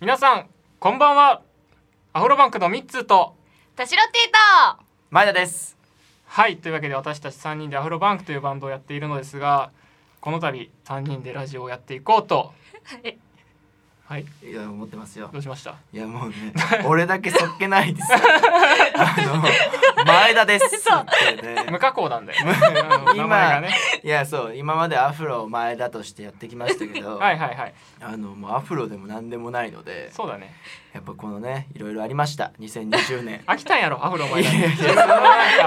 皆さんこんばんはアフロバンクのミッツーと田代ティー前田ですはいというわけで私たち3人でアフロバンクというバンドをやっているのですがこの度3人でラジオをやっていこうとはいはいいや思ってますよどうしましたいや もうね俺だけそっけないですよあの前田ですって無ね加工なん だよねあの名前がねいやそう今までアフロを前田としてやってきましたけ ど、はいはいはいあのもうアフロでも何でもないのでそうだねやっぱこのねいろいろありました2020年飽きたんやろアフロお前らいやいやな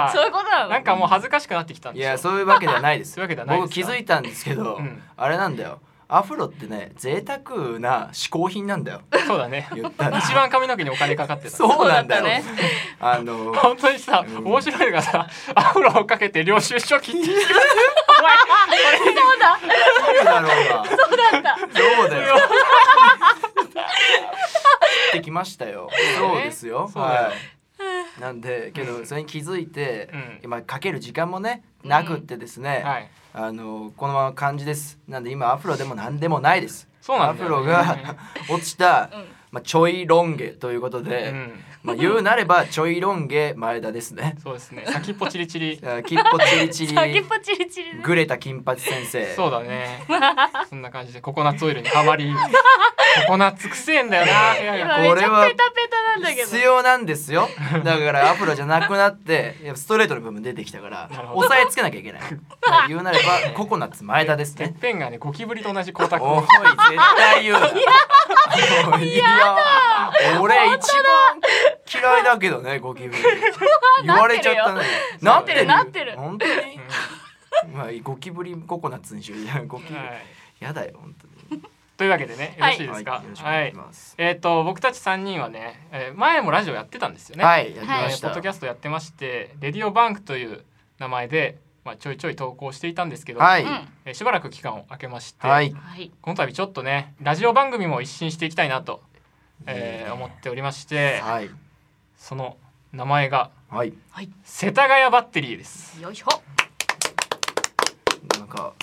んそかういうことなのなんかもう恥ずかしくなってき たんいですよやそういうわけではないですそういうわけではないです僕気かづいたんですけど、うんあれなんだよアフロってね贅沢な嗜好品なんだよそうだね言ったら一番髪の毛にお金かかってたそうなんだよそうだったねあ の本当にさ、うん面白いのがさアフロをかけて領収書切って そうだそうだろうがそうだったそうだよ。 できましたよ。そうですよ。そうだよはい。なんでけどそれに気づいて、うん今かける時間もねなくってですね、はいあのこのまま感じですなんで今アフロでも何でもないですそうなんアだフよねロが落ちた、うんまあ、ちょいロン毛ということで、うんまあ、言うなればちょいロン毛前田ですねそうですね先っぽチリチ リあきっぽちりちり先っぽチリチリねグレた金八先生そうだ ねそんな感じでココナッツオイルにはまりココナッツくせえんだよな部屋今がめっちこれゃはペタペタなんだけど必要なんですよだからアフロじゃなくなってやっぱストレートの部分出てきたからなるほど押さえつけなきゃ いけないまあ言うなればココナッツ前田ですてっねぺんがねゴキブリと同じ光沢おい絶対言うなもういや俺一番嫌いだけどねゴキブリ言われちゃったね ななっっててるるよなってるなってる本当にうんまあゴキブリココナッツにしよういやゴキブリはいやだよ本当にというわけでねよろしいですはかいよろしくおは願いしいますえっと僕たち三人はねえー前もラジオやってたんですよねはいやりえまーしポッたドキャストやってましてレディオバンクという名前でまあちょいちょい投稿していたんですけどはいうんえーしばらく期間を空けましてはいはいこの度ちょっとねラジオ番組も一新していきたいなと、えー思っておりましてはいその名前がはい世田谷バッテリーですよいしょなんか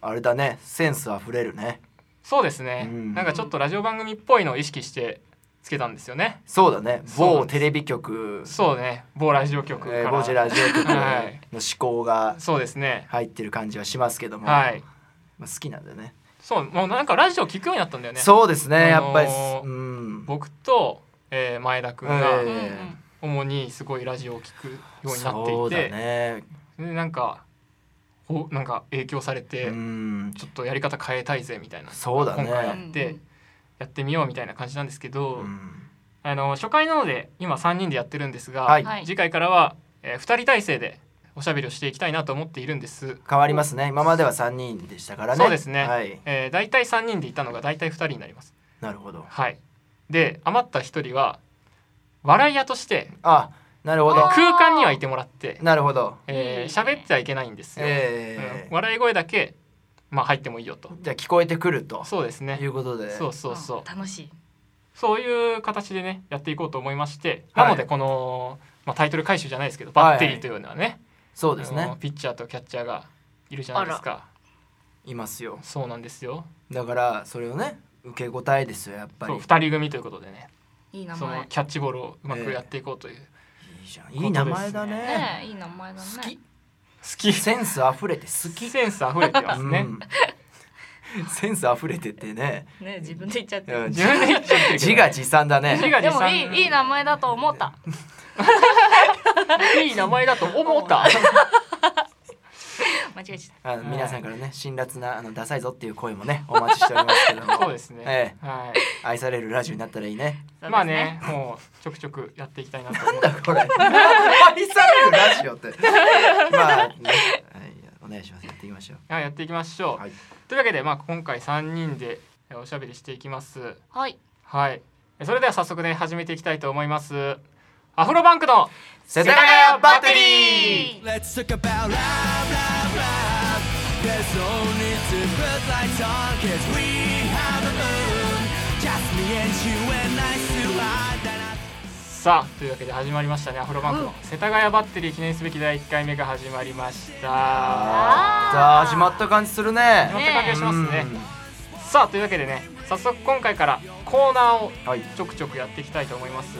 あれだねセンスあふれるねそうですね、うんなんかちょっとラジオ番組っぽいのを意識してつけたんですよねそうだねそうなん某ですテレビ局そうね某ラジオ局から、えー某ジェラジオ局 はいの思考がそうですね入ってる感じはしますけども、はいまあ、好きなんだねそうもうなんかラジオ聞くようになったんだよねそうですねあやのーっぱりす、うん僕と、えー前田君がえうんうーん主にすごいラジオを聞くようになっていてそうだねでなんかおなんか影響されて、うんちょっとやり方変えたいぜみたいなそうだね今回やっうてんやってみようみたいな感じなんですけど、うんあの初回なので今3人でやってるんですが、はいはい次回からは、え2人体制でおしゃべりをしていきたいなと思っているんです、変わりますね今までは3人でしたからねそうですねはいえー、大体3人でいたのが大体2人になりますなるほどはいで余った1人は笑い屋としてあなるほどあー空間にはいてもらってなるほどえー喋ってはいけないんですよ、えうんー笑い声だけ、まあ、入ってもいいよとじゃあ聞こえてくるとそうですねいうことでそうそうそう、ん楽しいそういう形でねやっていこうと思いまして、はいなのでこの、まあ、タイトル回収じゃないですけどバッテリーというのはね,そあうの、ですねピッチャーとキャッチャーがいるじゃないですかいますよそうなんですよだからそれをね受け答えですよやっぱりそうい2人組ということでねいい名その前キャッチボールをうまくやっていこうという、いじゃんいい名前だねねえいい名前だね好き好きセンスあふれて好好ききセンス溢れてますね、うん センスあふれてってねねえ自分で言っちゃってうん自分で言っちゃってるけど自画自賛だ自ね画で自も賛いいいい名前だと思ったいい名前だと思った 間違えちゃっあのはい皆さんからね辛辣なあのダサいぞっていう声もねお待ちしておりますけ どもそうですね、えはえ愛されるラジオになったらいいねたいまあねもうちょくちょくやっていきたいなと思なってんだこれ愛されるラジオってまあねはいお願いしますやっていきましょうはいやっていきましょう、はいというわけで、まあ、今回3人でえーおしゃべりしていきますはいはいえそれでは早速ね始めていきたいと思いますアフロバンクの世田谷バッテリいー Let's talk about love, love, love. There's no need to put lights on, cause we have a moon. Just me and you and I survive. Then I さあというわけで始まりましたねアフロバンクうんの世田谷バッテリー記念すべき第1回目が始まりましたーさあ始まった感じするね始まった感じがしますねうんさあというわけでね早速今回からコーナーをはいちょくちょくやっていきたいと思います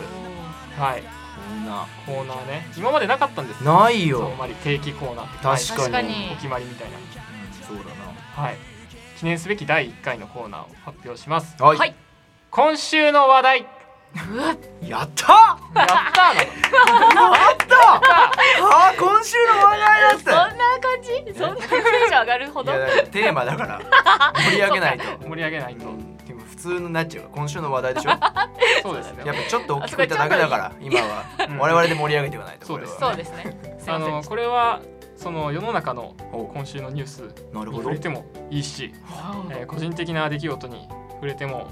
はいこんなコーナーね今までなかったんですないよあんまり定期コーナーって確かに確かはにいお決まりみたいなそうだはい記念すべき第1回のコーナーを発表しますなはい、はい今週の話題やったーやった やったあー今週の話題だっそんなた感じそんなテンション上がるほいどやだからテーマだから盛り上げないとの盛 り上げないとうんでも普通になっちゃうから今週の話題でしょやっぱそうですねちょっと大きく言っただけだから今はうん我々で盛り上げていかないとそうですそうすですねすいあませんのこれはその世の中の今週のニュースなるに触ほどれてもいいし、えー個人的な出来事に触れても、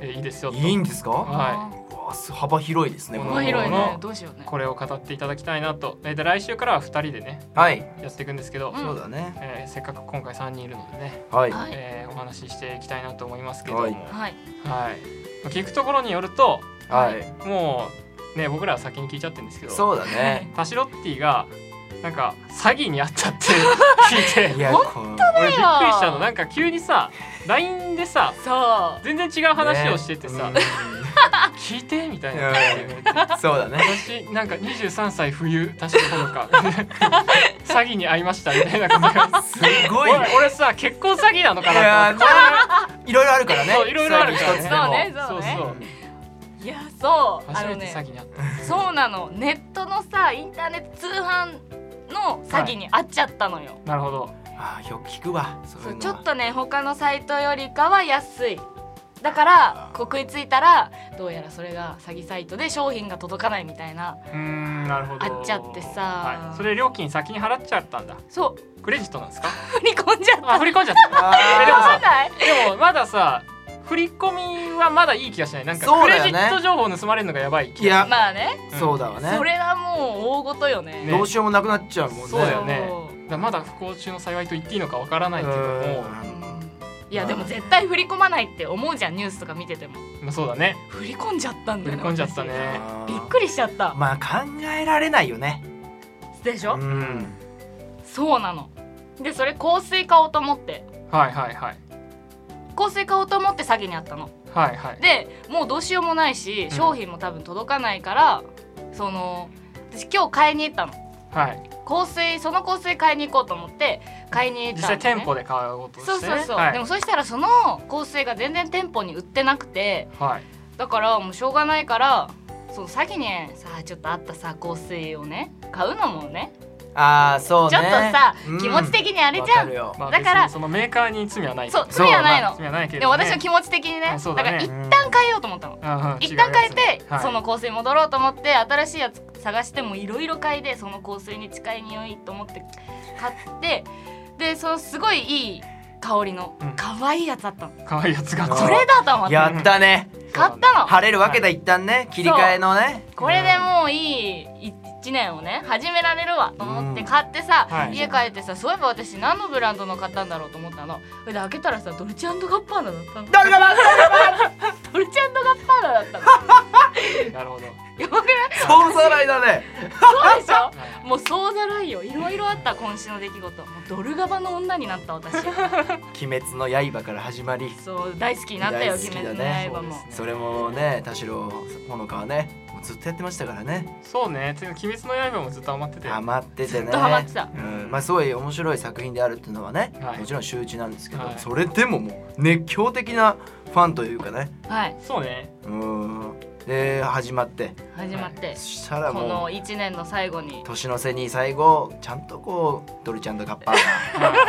えーいいですよといいんですかはうわす幅広いですねこの幅広いこねのどうしようねこれを語っていただきたいなと、えーで来週からは2人でねはいやっていくんですけど、んそうだねえーせっかく今回3人いるのでね、はいはいえーお話ししていきたいなと思いますけども、はいはいはい聞くところによるとはいもうね僕らは先に聞いちゃってるんですけどそうだねタシロッティがなんか詐欺にあったって 聞いいてや本当俺びっくりしたのなんか急にさ LINE でさそう全然違う話をしててさ、聞いてみたいな感じで言われてそうだね私なんか23歳冬確かほのか 詐欺に遭いましたみたいな感じがすごいね俺俺さ結婚詐欺なのかいやなーとこ思ってれいろいろあるからねそういろいろあるからね一つでもそうねそうそうねそういやそうあ初のめて詐ね欺にあった、そうなのネットのさインターネット通販の詐欺に遭っちゃったのよ、なるほどあーよく聞くわそうそいううのはちょっとね他のサイトよりかは安いだからこう食いついたらどうやらそれが詐欺サイトで商品が届かないみたいなうーんなるほどあっちゃってさはい、それ料金先に払っちゃったんだそうクレジットなんですか振り込んじゃったあ振り込んじゃったあーえでもさわないでもまださ振り込みはまだいい気がしないなんかそクうだよレねジット情報盗まれるのがやばい気いがやまあねうんそうだわねそれはもう大ごとよねねどうしようもなくなっちゃうもんねそうだよねそうだからまだ不幸中の幸いと言っていいのかわからないけどもいやでも絶対振り込まないって思うじゃんニュースとか見ててもまあそうだね振り込んじゃったん振だより込んじゃったね私びっくりしちゃった、まあ考えられないよねでしうょ、んそうなのでそれ香水買おうと思ってはいはいはい香水買おうと思って詐欺にあったのはいはいでもうどうしようもないしん商品も多分届かないから、その私今日買いに行ったのはい香水その香水買いに行こうと思って買いに行実ったの、際ね、店舗で買おうとしてそうねそうそう、はい、でもそしたらその香水が全然店舗に売ってなくてはいだからもうしょうがないからその先にさあちょっとあったさ香水をね買うのもねああそうちねょっとさ、うん気持ち的にあれじゃわかるんよまあ、だから別にそのメーカーに罪はないそう罪罪はないの、はないけど、ね、でも私は気持ち的にねあそうだだねから一旦変えようと思ったの、うんうん一旦変え違うやつ、てねはいその香水戻ろうと思って新しいやつ探してもいろいろ嗅いでその香水に近い匂いと思って買ってでそのすごいいい香りのうん可愛いやつあったの、可愛いやつがあったうんこれだと思ってやったね買ったの晴れるわけだ一旦ね切り替えのねこれでもういい1年をね始められるわと思って買ってさ、うんはい家帰ってさそういえば私何のブランドの買ったんだろうと思ったのそれで開けたらさドルチェガッパーナだったのどれがだドルチェガッパーナだったのなるほどやばくないそうさらいだねそうでしょはいもうそうじゃないよいろいろあった今週の出来事もうドルガバの女になった 私鬼滅の刃から始まりそう大好きになったよ大好鬼きだね滅の刃もそうですそれもね田代ほのかはねもうずっとやってましたからねそうね次の鬼滅の刃もずっと余っててハマっててねずっとハマってたうんまあすごい面白い作品であるっていうのはね、はいもちろん周知なんですけど、はいそれでももう熱狂的なファンというかねはいそうねうんで始まって始まって、そしたらこものう1年の最後に年の瀬に最後ちゃんとこうドルちゃんとカッ パーがは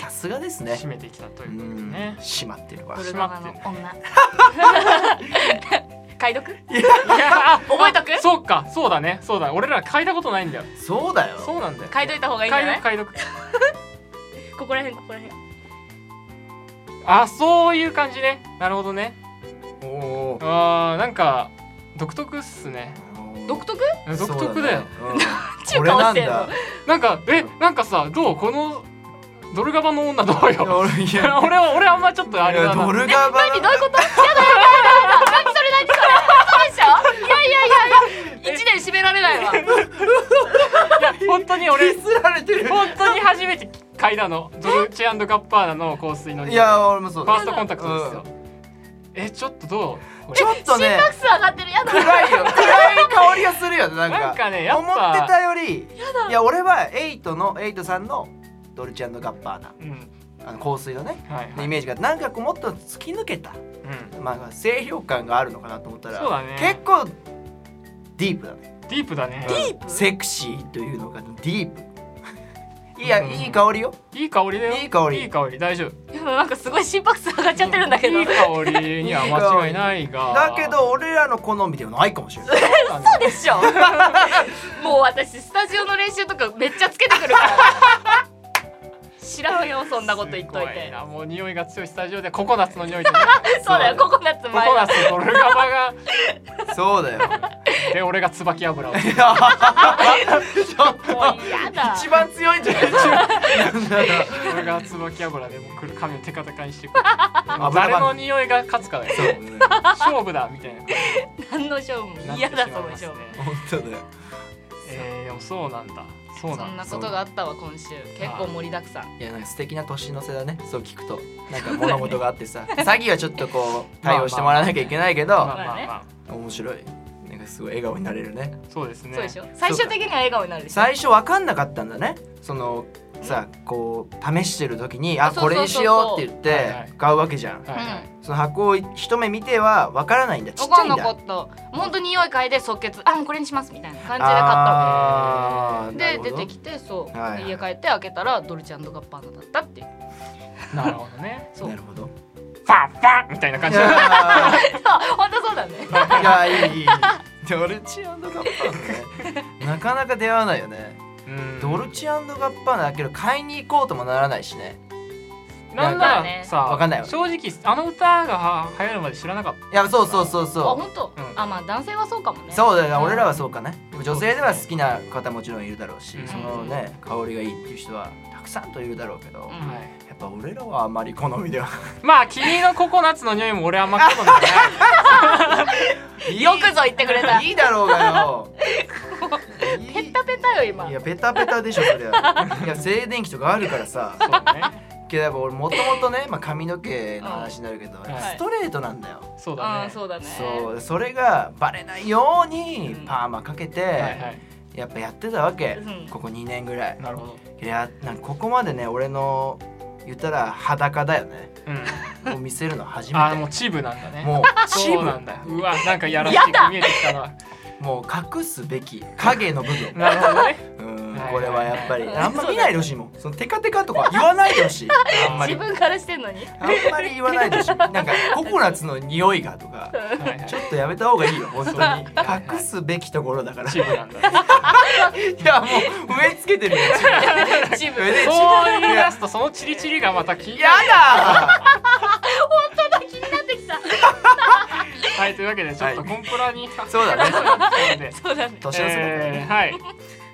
さすがですいね締めてきたとういうことですんね締まってるわドこルれガバの女 解読いや 覚えとくそうかそうだねそうだ俺ら嗅いだことないんだよそうだよそうなんだよ解いといた方がいいんじゃない解読解読ここら辺ここら辺あそういう感じねなるほどねおおあーなんか独特っすね独特独特だよ ちゅこうれ顔なしんてんのだなんかえなんかさどうこのドルガバの女どういやよ俺いや俺は俺あんまちょっとあいれやだなドルガバ何どういうことやだやだやだやだ何それ何それそうでしょいやいやいやいや1年締められないわいや本当に俺ディスられてる本当に初めて嗅いだのドルチェガッパーナの香水の匂いいや俺もそうファーだストコンタクトですよ。えちょっとどうこれちょっと心ね拍数上がってるやだ暗いよ暗い香りがするよねなんかなんかねやっ思ぱってたよりいや俺はエイトのエイトさんのドルチアンドガッパーなうんあの香水のねはい、はいイメージがなんかこうもっと突き抜けた、うまあ、清涼感があるのかなと思ったらそうだね結構ディープだねん、ディープだねディープセクシーというのかディープいや、うんいい香りよいい香りだよいい香りいい香り大丈夫やだなんかすごい心拍数上がっちゃってるんだけどいい香りには間違い ないがだけど俺らの好みではないかもしれ ない嘘でしょもう私スタジオの練習とかめっちゃつけてくるから知らんよそんなこと言っといすごてなもう匂いが強いスタジオでコ コナッツの匂いとねそうだよココナッツコ前コナはッツとルガバ がそうだよで俺が椿油をいやちょっともう嫌だ一番強いんじゃない なんだろう俺が椿油でもう来る髪をテカテカにしてくる まった誰の匂いが勝つか だよ勝負だみたいな感何の勝負じになもって嫌だしそまいのます勝ね負本当だよえー、でもそうなんだそうそなんんだなことがあったわ今週結構盛りだくさんいやなんか素敵な年の瀬だねそう聞くとなんか物事があってさ詐欺はちょっとこう対応してもらわなきゃいけないけまあどまあまあ面白いなんかすごい笑顔になれるねそうですねそうでしょ最終的には笑顔になるでしょ最初分かんなかったんだねそのさこう試してる時に「そあうそうそうこれにしよう」って言っはいはてい買うわけじゃはんいはいその箱を一目見ては分からないんだちっ分ちゃかいんんなだかった本当に匂い嗅いで即決あもうこれにしますみたいな感じで買ったわあーなでるほ出どてきてそう、はいはい家帰って開けたらドルチアンドガッパーナだったっていうなるほどねそうなるほ どファンファンみたいな感いじでや 本当そうだねーいやいいいいドルチアンドガッパーナねなかなか出会わないよねうんドルチアンドガッパーナだけど買いに行こうともならないしねなんならさわかんないよ正直あの歌が流行るまで知らなかったいやそうそうそうあそう本当、うんあまあ男性はそうかもねそうだよ、うん俺らはそうかねでも女性ではそうですね好きな方もちろんいるだろうし、うんそのね香りがいいっていう人はたくさんといるだろうけど、んやはいっぱ俺らはあまり好みではまあ君のココナッツの匂いも俺あんま好みじゃない よくぞ言ってくれたいいだろうが よペッタペタよ今いやペタペタでしょそりゃいや静電気とかあるからさそうねけどやっぱ俺もとも とね、まあ、髪の毛の話になるけど、んやっぱストレートなんだよ、そうだあねーそうだねそうそれがバレないようにうんパーマかけて、はいはいやっぱやってたわけ、うんここ2年ぐらいなるほどいやなんかここまでね俺の言ったら裸だよねうんを見せるの初あーもめうチブなんだねてもう チそうーなんムだうわなんかやらしやだく見えてきたなもう隠すべき影の部分 なるほどねうんはいこれはやっぱりはいあんま見ないでほしいもんそのテカテカとか言わないで ほしいあんま自り分からしてんのにあんまり言わないでほしいなんかココナッツの匂いがとはかいはいちょっとやめた方がいいよ本はい当に隠すべきところだからいチブなんだねやもう植え付けてるよチー自分ム植えてるチームそう言い出すとそのチリチリがまた気にやだなってきたはいというわけでちょっとコンプラに、そうだねねそうだね年の瀬だからえーねはい、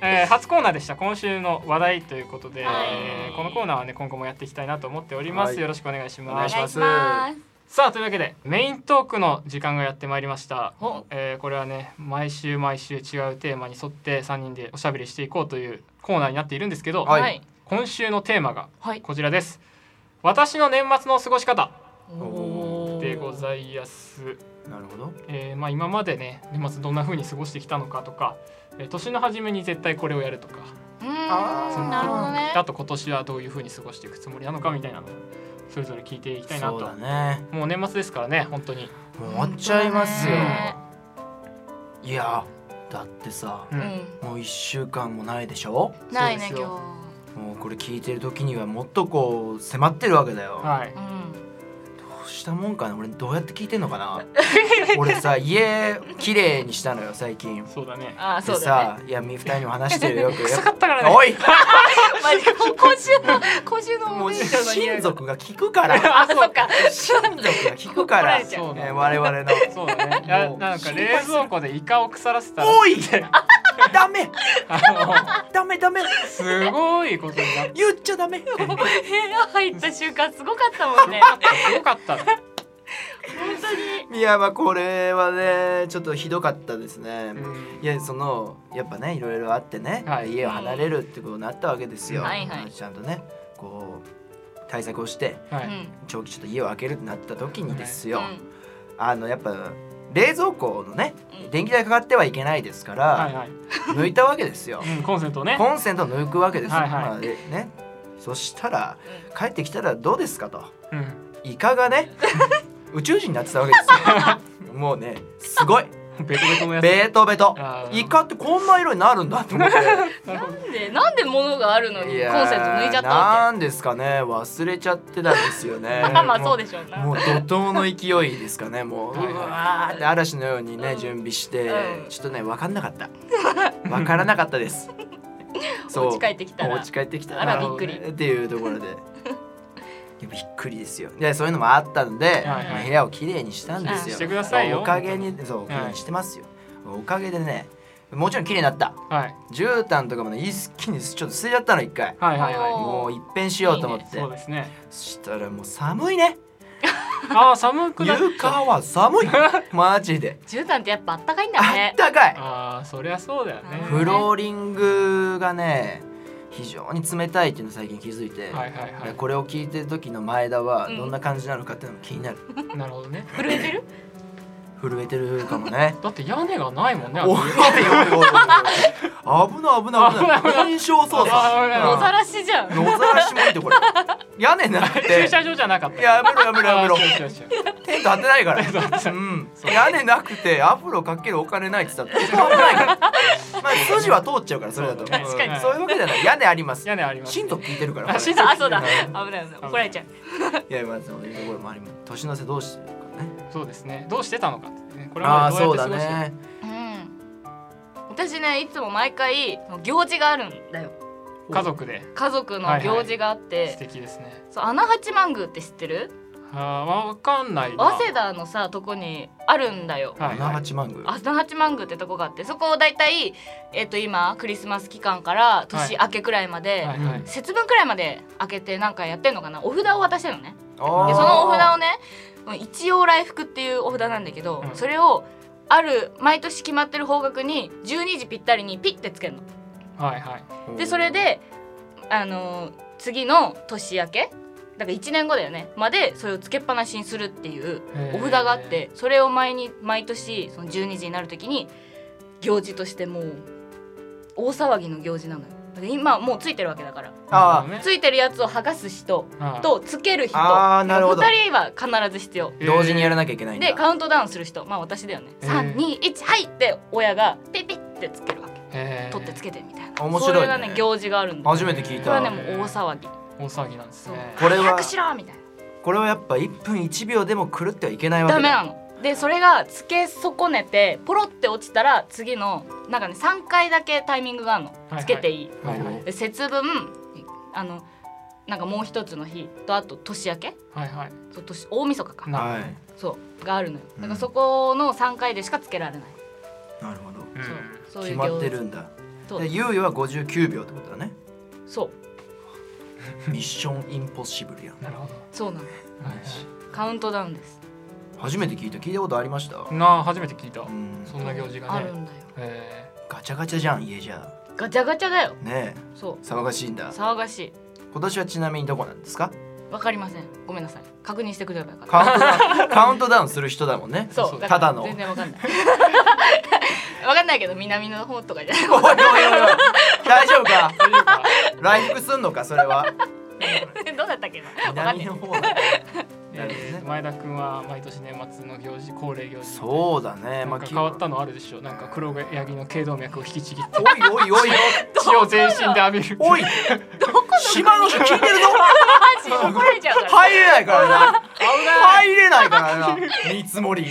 えー初コーナーでした今週の話題ということで、はいえーこのコーナーはね今後もやっていきたいなと思っております、はいよろしくお願いしおま願いすしますお願いしまさあというわけでメイントークの時間がやってまいりましたほ、えーこれはね毎週毎週違うテーマに沿って3人でおしゃべりしていこうというコーナーになっているんですけど、ははいいはい、今週のテーマがはい、こちらです私の年末の過ごし方おーでございますなるほどえーまあ、今までね年末どんな風に過ごしてきたのかとか、えー年の初めに絶対これをやるとかうーあんーなるほどねあと今年はどういう風に過ごしていくつもりなのかみたいなのをそれぞれ聞いていきたいなそと、うだねもう年末ですからね本当にもう終わっちゃいますよ、ねいやだってさ、ううんんもう1週間もないでしょないねそうです今日よもうこれ聞いてる時にはもっとこう迫ってるわけだよ、はいうんどうしたもんかな俺どうやって聞いてんの かな俺さ家綺麗にしたのよ最近そうだねあーそうでだよねさいやみ二人にも話してるよく 臭かった からねおいマジ今週の今週のもおう姉ちゃんの匂親いが族が聞くから あそっか 親族が聞くか怒らら、れねちゃう、我々 のそうだねいや もうなんか心配冷する蔵庫でイカを腐らせたらおい ダメあダメダメのすごいことになって言っちゃ ダメ部屋入った瞬間すごかったもんねすごか った本当にいやまあこれはねちょっとひどかったですね、うんいやそのやっぱねいろいろあってね、はい家を離れるってことになったわけですよ、はいはいちゃんとねこう対策をしてはういん長期ちょっと家を空けるってなった時にですよ、うんあのやっぱ冷蔵庫のねうん電気代かかってはいけないですから、はいはい、抜いたわけですようん、コンセントね コンセント抜くわけですよ、はいはいまあでねそしたら帰ってきたらどうですかとうんイカ がね宇宙人になってたわけですよもうねすごいベトベトのやつベトベトあーイカってこんな色になるんだって 思ってなるほどなんでなんで物があるのにいやーコンセント抜いちゃったわなんですかね忘れちゃってたんですよね け。まあまあそうでしょうな。もう怒涛の勢いですかねもうはいうわーって嵐のようにね、うん準備して、うんちょっとね分かんなかった分からなかった ですお家帰ってきたおら家帰ってきたあらなるほどびっくねっていうところでいやびっくりですよでそういうのもあったので、いまあ部屋をきれいにしたんですよしてくださいよおかげにそうおかげにしてますよ、おかげでねもちろん綺麗になったはい絨毯とかもね一気にちょっと吸いだったの一回はいはいはいおーもう一変しようと思ってそうですねそしたらもう寒いねあー寒くなっ床は 寒いマジで絨毯ってやっぱあったかいんだあねっ。たかいああそりゃそうだよねうフローリングがね非常に冷たいっていうの最近気づいはて、いはいはこれを聞いてる時の前田はうんどんな感じなのかっていうのも気になる、いなるほどね震えてる？震えてるかもねだって屋根が ないもんねあおいおいおいおいおい 危ない危危ない危ない危ないない検証操作あ危ない野ざうらしじゃん。ん野ざらしもいいとこれ屋根なくて 駐車場じゃなかったいややめろやめろやめろあー違う違う違うテント張ってな いから。うん。屋根なくてアプロかけるお金ないって言ったらとても危ないから。まあ筋は通っちゃうからそれだと。そうだね確かにうんそういうわけじゃない。屋根あります。屋根あります親族聞いてるから。あ親これあそうだ。 い危ない危ない。怒られちゃう。いやまあそういうところもあります。年の瀬どうしてるかね。そうですねどうしてたのかってねこれあまあでどそううやっだて過ごしてね。うん。私ねいつも毎回行事があるんだよ。家族で家族の行事があって、素敵ですねそう穴八幡宮って知ってる？あーわかんないな早稲田のさとこにあるんだよ。はい七はい八万ぐ。穴八幡宮ってとこがあってそこをだいたいえっ、と今クリスマス期間から年明けくらいまで、はいはい節分くらいまで開けてなんかやってんのかなお札を渡してるのねあでーそのお札をね一応来福っていうお札なんだけど、うんそれをある毎年決まってる方角に12時ぴったりにピッてつけるの。はいはいでそれ。であのー次の年明けだから1年後だよねまでそれをつけっぱなしにするっていうへーお札があってそれを毎に毎年その12時になる時に行事としてもう大騒ぎの行事なのよ。だから今もうついてるわけだからあーなるほどねついてるやつを剥がす人はいとつける人あーなるほど2人は必ず必要えー同時にやらなきゃいけないんだ。でカウントダウンする人まあ私だよねえー321はいって親がピピってつけるわけへー取ってつけてみたいな面白そいねれがね行事があるんだよ初めて聞いこれはたね。もう大騒ぎ大騒ぎなんですねこれは早くしろみたいなこれはやっぱ一分一秒でも狂ってはいけないわけダだ。メなのでそれがつけ損ねてポロって落ちたら次のなんかね3回だけタイミングがあるのはいつけていい、はいはいで節分あのなんかもう一つの日とあと年明けはいはいそう年大晦日かなはい。そうがあるのよだかうんらそこの3回でしかつけられない、なるほど。うんそうそうい決う行事まってるんだ。そうで猶予は五十九秒ってことだね。そうミッションインポッシブルやんなるほどそうなはのいカウントダウンです初めて聞いた聞いたことありましたはいなあ初めて聞いたうんそんな行事があねるんだよえガチャガチャじゃん家じゃガチャガチャだよねそえ騒がしいんだう騒がし今年はちなみにどこなんですかいわかりませんごめんなさい確認してくれればよかったカウントダウンカウントダウンする人だもんねそうそうだからただの全然わかんない わかんないけど南の方とかじゃないおいおいおい大丈夫かー大丈夫か来福すんのかそれはどうだったっけなわかんな南いの方なんだなるほどえーね前田君は毎年年末の行事恒例行事そうだねなんか変わったのあるでしょなんか黒ヤギの頸動脈を引きちぎっておいおいおい血を全身で浴びるおいおい島の人聞いてるぞマジ怒られちゃうから入れないからな入れないからな 見積もり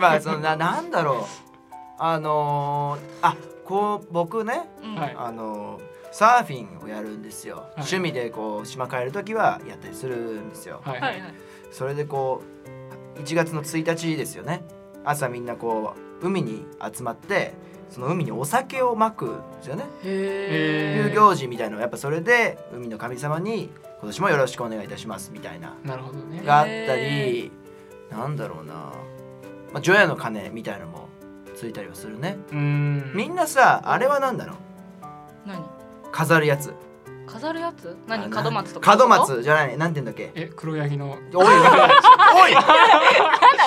まあそのななんだろうあのー、あこう僕ねうんはいあのーサーフィンをやるんですよ、い趣味でこう島帰る時はやったりするんですよ、はいははいいはいそれでこう1月の1日ですよね朝みんなこう海に集まってその海にお酒をまくんですよねへいうー行事みたいなのやっぱそれで海の神様に今年もよろしくお願いいたしますみたいななるほどねがあったりなんだろうな、まあ、除夜の鐘みたいのもついたりはするね、うーんみんなさあれは何だろう何飾るやつ飾飾るやつ何あな門松とか門松じゃないなんて言うんだっけえ黒ヤギのおい おいおいなんだろ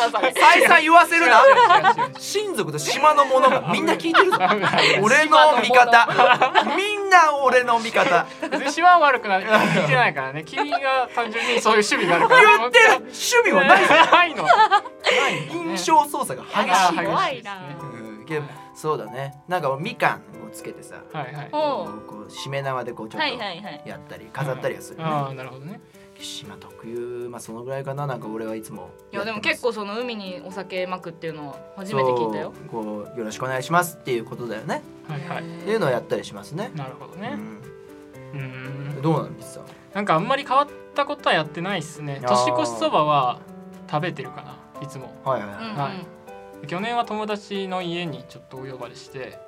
うそれ再三言わ せるな違う 違う親族と島の者がみんな聞いてる危ぞない危ない俺の味方みんな俺の味方別に島は悪くない聞いてないからね君が単純にそういう趣味があるから言 ってる趣味はないぞないのないのね印象操作が激しいあー怖い激しいなでうんけどそうだねなんかもうみかんをつけてさはいはいおこううしめ縄でこうちょっはいはいはいとやったり飾ったりはするよねああなるほどね島特有まあそのぐらいかななんか俺はいつもいやでもってます結構その海にお酒まくっていうのを初めて聞いたよそうこうよろしくお願いしますっていうことだよねはいはいっていうのをやったりしますねなるほどうねんうーんどうなのミツさんなんかあんまり変わったことはやってないっすねあー年越しそばは食べてるかないつもはいはいはうい、んうんはい去年は友達の家にちょっとお呼ばれして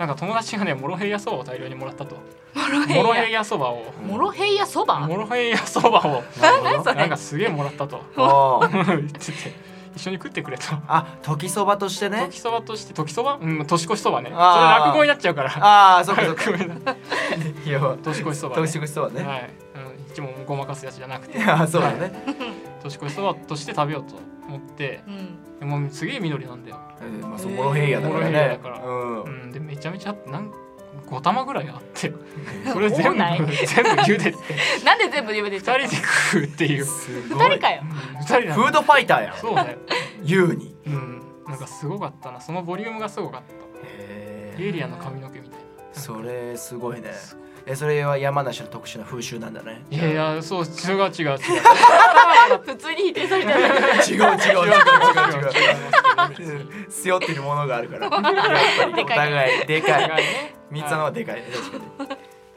なんか友達がねモロヘイヤそばを大量にもらった とモロヘイヤそばをモロヘイヤそばモロヘイヤそばをなるほどなんかすげえもらったとおー 言ってて一緒に食ってくれとあ時そばとしてね時そばとして時そばうん年越しそばねそれあー落語になっちゃうからああそっかそっかごめんな さいいや年越しそばね年越しそばね、はいうん一問ごまかすやつじゃなくい、てやそうだね、年越しそばとして食べようと思ってうんでもうすげえ緑なんだよ、えーまあそモロヘイヤだからモロヘイヤだねからうんうん、でめちゃめちゃあってなん5玉ぐらいあってそれ多全部ない全部茹でてなんで全部夢で2人で食うっていうすごい二人かよ2人なフーのドファイターやんそうね優にうんなんかすごかったなそのボリュームがすごかったへエイリアンの髪の毛みたいそれすごいねえそれは山梨の特殊な風習なんだねないやいやそう 違う違う違う 普通に否定されてる違う違う違う違う違う違う違う背負ってるものがあるからやっぱりお互いでかい三つのはでかい確かに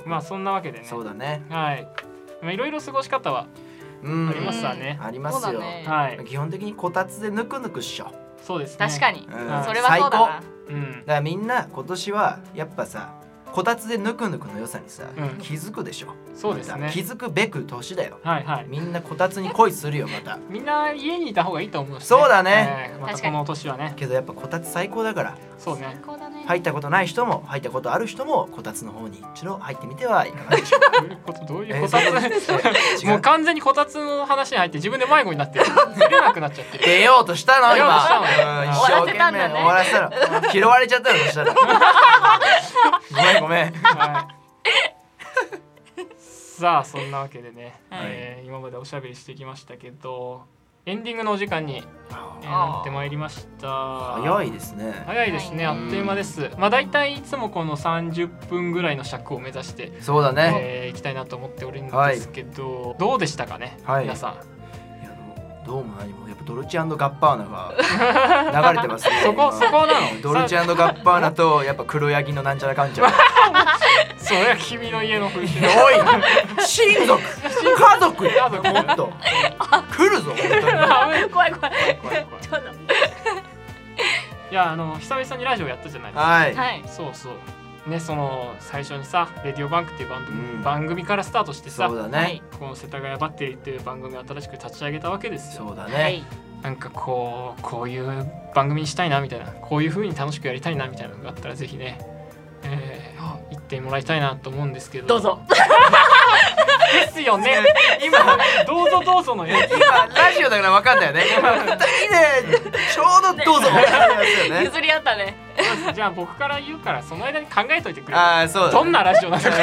まあそんなわけでねそうだねはいまあいろいろ過ごし方はうんありますわね、ありそまうすだよねはい基本的にこたつでぬくぬくっしょそうですね確かにうんんそれはそうだなうんだからみんな今年はやっぱさこたつでぬくぬくの良さにさ、うん気づくでしょそうですまねた気づくべく年だよはいはいみんなこたつに恋するよまたみんな家にいた方がいいと思うし、そうだねえーまた確かこにの年はねけどやっぱこたつ最高だからそうね 最高だね入ったことない人も入ったことある人もこたつの方に一度入ってみてはいかが でしょうかどういうことどういうこたえつーも 違うう完全にこたつの話に入って自分で迷子になってる出れなくなっちゃってる出ようとしたの出ようとした今のうん一終わら生せ懸たん命だね終わらせたの拾われちゃったのそしたらごめんごめん はいさあそんなわけでね、はいえー今までおしゃべりしてきましたけどエンディングのお時間に、えーあーなってまいりました早いですね早いですねあっという間ですまあ大体いつもこの30分ぐらいの尺を目指してそうだえねー行きたいなと思っておるんですけど、どうでしたかね、はい皆さんいやどうどうも何もやっぱドルチアンドガッパーナが 流れてますねそこ今そこなのドルチアンドガッパーナとやっぱ黒ヤギのなんちゃらかんち ゃらさそれは君の家の風習 おい親族家族家や族もっと来るぞ本当 に怖い怖い怖い怖いちょっと いやあの久々にラジオやったじゃないですかはい、はいそうそうねその最初にさ「レディオバンク」っていう番組,、うん番組からスタートしてさそうだね、はいこの「世田谷バッテリー」っていう番組を新しく立ち上げたわけですよそうだね、はいなんかこうこういう番組にしたいなみたいなこういう風に楽しくやりたいなみたいなのがあったらぜひね、えー、言ってもらいたいなと思うんですけどどうぞですよね今どうぞどうぞのやつ今ラジオだから分かんないよね今二人でちょうどどうぞ、ね、譲り合ったねじゃあ僕から言うからその間に考えといてくれ ああそうだどんなラジオなのかい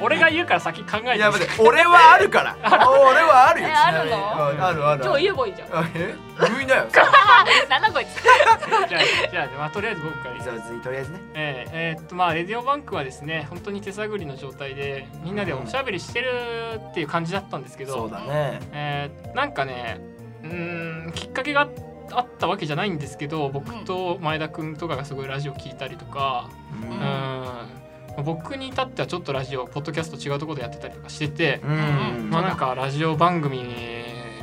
俺が言うから先考えてや待って俺はあるから俺はあるよえあるのうんあるある超言えばいいじゃんあえ無理だよなんだこいつじゃあじゃあ、まあ、とりあえず僕から言いますじゃあ次とりあえずねえーえーっとまあレディオバンクはですね本当に手探りの状態でみんなでおしゃべりしてるっていう感じだったんですけど、そうだねえーなんかねうーんきっかけがあったわけじゃないんですけど僕と前田君とかがすごいラジオ聞いたりとか、うんうーん僕に至ってはちょっとラジオポッドキャスト違うところでやってたりとかしてて、うんまあなんかラジオ番組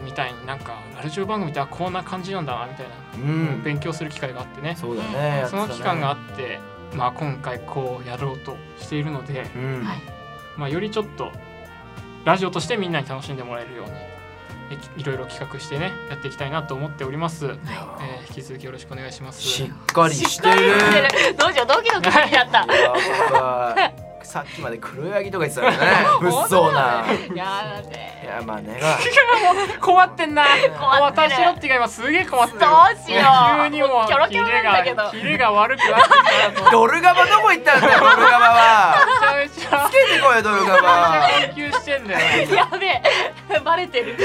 みたいになんかラジオ番組ってあこんな感じなんだなみたいな、うん勉強する機会があってねそうだねその期間があてって、まあ、今回こうやろうとしているので、たねうんはいまあ、よりちょっとラジオとしてみんなに楽しんでもらえるようにえきいろいろ企画してねやっていきたいなと思っております、いやえー引き続きよろしくお願いしますしっかりしてるどうしようドキドキしちゃったいややっぱさっきまで黒ヤギとか言ってたからね物騒な。やだねいやまあねが困ってんな困ってる私のってが今すげえ困ってるどうしよう急にもうキョロキキョロレなんだけがどキレが悪くなってきたなとドルガバどこ行ったん だよドルガバは。めちゃめちゃつけてこいよドルガバ。 研究してんだよ やべえバレてる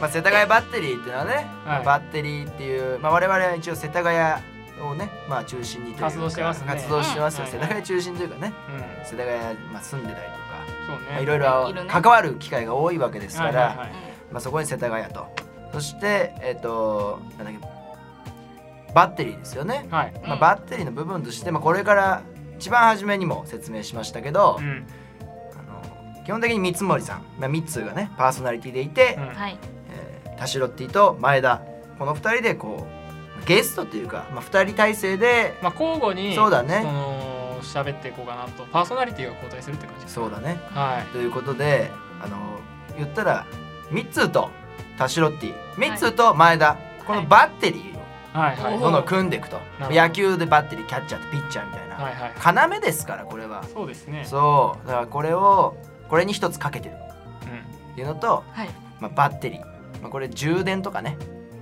まあ世田谷バッテリーっていうのはね、はいバッテリーっていうまあ我々は一応世田谷をねまあ中心にというか活動してますね活動してますよ、うん世田谷中心というかねうん世田谷まあ住んでたりとか。そうまあねいろいろいるね関わる機会が多いわけですから、はいはいはいまあ、そこに世田谷とそしてえっ、となんだっけバッテリーですよね、はいまあ、うんバッテリーの部分として、まあ、これから一番初めにも説明しましたけど、うんあの基本的に三森さん、まあ、三つがねパーソナリティでいて、うんはいえータシロッティと前田この2人でこうゲストっていうか、まあ、2人体制で、まあ交互にそうだねその喋っていこうかなとパーソナリティが交代するって感じですそうだねはいということであの言ったら三つとタシロッティ三つと前田、このバッテリーをはいはいおどんどん組んでいくとなるほど野球でバッテリーキャッチャーとピッチャーみたいな、はいはい要ですからこれはそうですねそうだからこれをこれに一つかけてるうっていうのと、はいまあ、バッテリー、まあ、これ充電とかね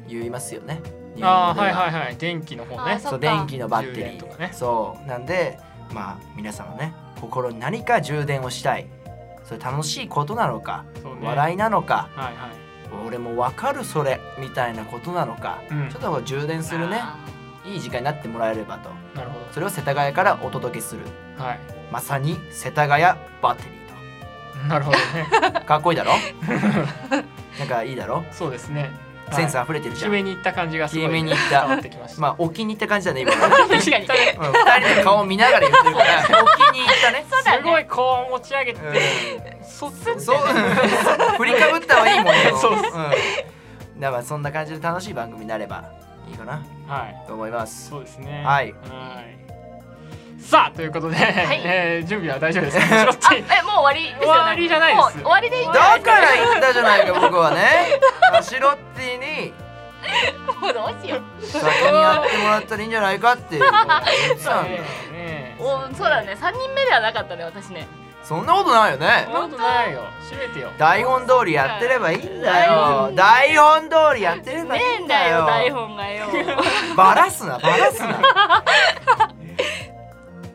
言いますよねんああはいはいいはい電気の方あねーそそうっか電気のバッテリ充電ーとかねそうなんでまあ皆さんはね心に何か充電をしたいそれ楽しいことなのか、そうね笑いなのかはいはい俺も分かるそれみたいなことなのか、うんちょっとこう充電するねあいい時間になってもらえればとなるほそれを世田谷からお届けするどはいまさに世田谷バッテリーなるほどねとかっこいいだろなんかいいだろ そうですねセンスはい溢れてるじ決ゃん、めに行った感じがすごい決めに行った伝わってきましたまあお気に入った感じだね今ー 確かにうん二人の顔見ながら言ってるからお気に入ったねそうだねすごいこう持ち上げてうそっすんそううん振りかぶったはいいもんねそうっすうん、だからそんな感じで楽しい番組になればいいかなはいと思いますそうですねはいはいさあということで、いえー準備は大丈夫ですかちょっと あえもう終わりですよね終わりじゃないですもう終わりでいいんじゃなだいですかから言ったじゃないか僕はねアシロッティにもうどうしよう先にやってもらったらいいんじゃないかっていうことを言ってたんだよえーねえおそうだね三人目ではなかったね私ねそんなことないよそねんなことないよ閉めてよ台本通りやってればいいんだよ台本通りやってればねいいえんんだだよよ台本がよバラすなバラすな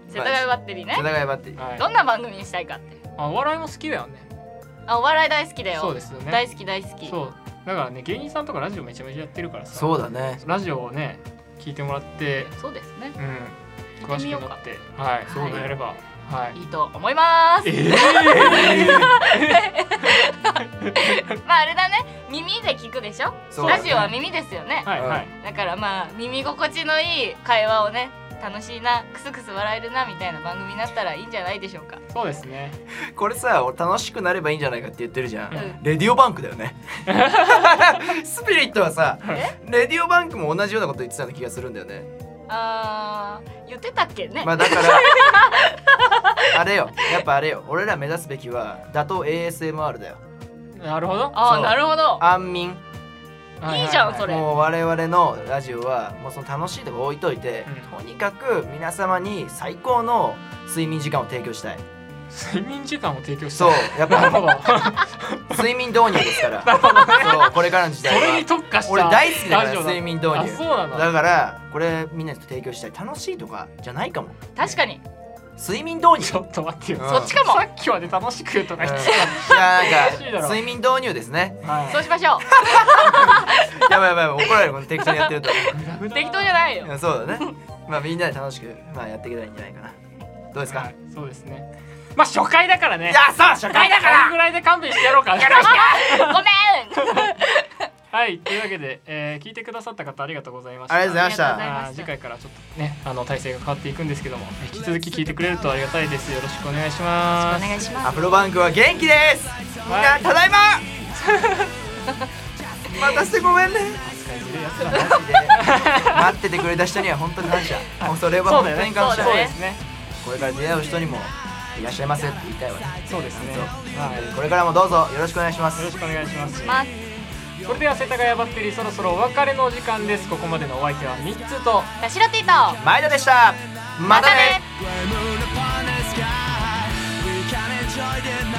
世田谷バッテリー世 田ね谷バッテリーはいどんな番組にしたいかってあお笑いも好きだよねあお笑い大好きだよそうですよね大好き大好きそうだからね芸人さんとかラジオめちゃめちゃやってるからさそうだねラジオをね聞いてもらってそうですねうん詳聞いてみしよくうかなってはいそうだねやればはいいいと思いますえまああれだね耳で聞くでしょそうだラねジオは耳ですよねー、はいはいだからまあ耳心地のいい会話をね楽しいなクスクス笑えるなみたいな番組になったらいいんじゃないでしょうかそうですねこれさ俺楽しくなればいいんじゃないかって言ってるじゃん、うんレディオバンクだ よねスピリットはさレディオバンクも同じようなこと言ってたような気がするんだよねあー言ってたっけね、まあだから あれよやっぱあれよ俺ら目指すべきは打倒 ASMR だよなるほどあそあうなるほど安眠ははいいじゃんそれもう我々のラジオはもうその楽しいとこ置いといて、うんとにかく皆様に最高の睡眠時間を提供したい睡眠時間を提供した そうやっなるほどぱ睡眠導入です からそうこれからの時代それには特化した俺大好きだからラジオ睡眠導入あそうなのだからこれみんなに提供したい楽しいとかじゃないかも確かに睡眠導ち入ょっと待ってよ、うんそっちかもさっきまで楽しくと うんかい言やって楽しいなだろんか睡眠導入ですねた、はいそうしましょやばいやばいやばい怒られるこの適当にやってるとう適当じゃないようんそうだねまあみんなで楽しくまあやっていけたらいいんじゃないかなどうですか、はいそうですねまあ初回だからねいやそう初回だかこれらぐらいで勘弁してやろうかなごめんはいというわけで、えー聞いてくださった方ありがとうございましたありがとうございましありがとうございまたすあー次回からちょっとねあの体制が変わっていくんですけども引き続き聞いてくれるとありがたいですよろしくお願いしますいしアフロバンクは元気ですみんなただ いま待たせてごめ んねマジで待っててくれた人には本当に感謝もうそれはそう本だよ当ねに感謝そうだよねですねこれから出会う人にもいらっしゃいませって言いたいわねそうですねはいこれからもどうぞよろしくお願いしますよろしくお願いしますますそれでは世田谷バッテリーそろそろお別れのお時間ですここまでのお相手は3つと田代ティート前田でしたまたね「We're moon upon the sky」 deny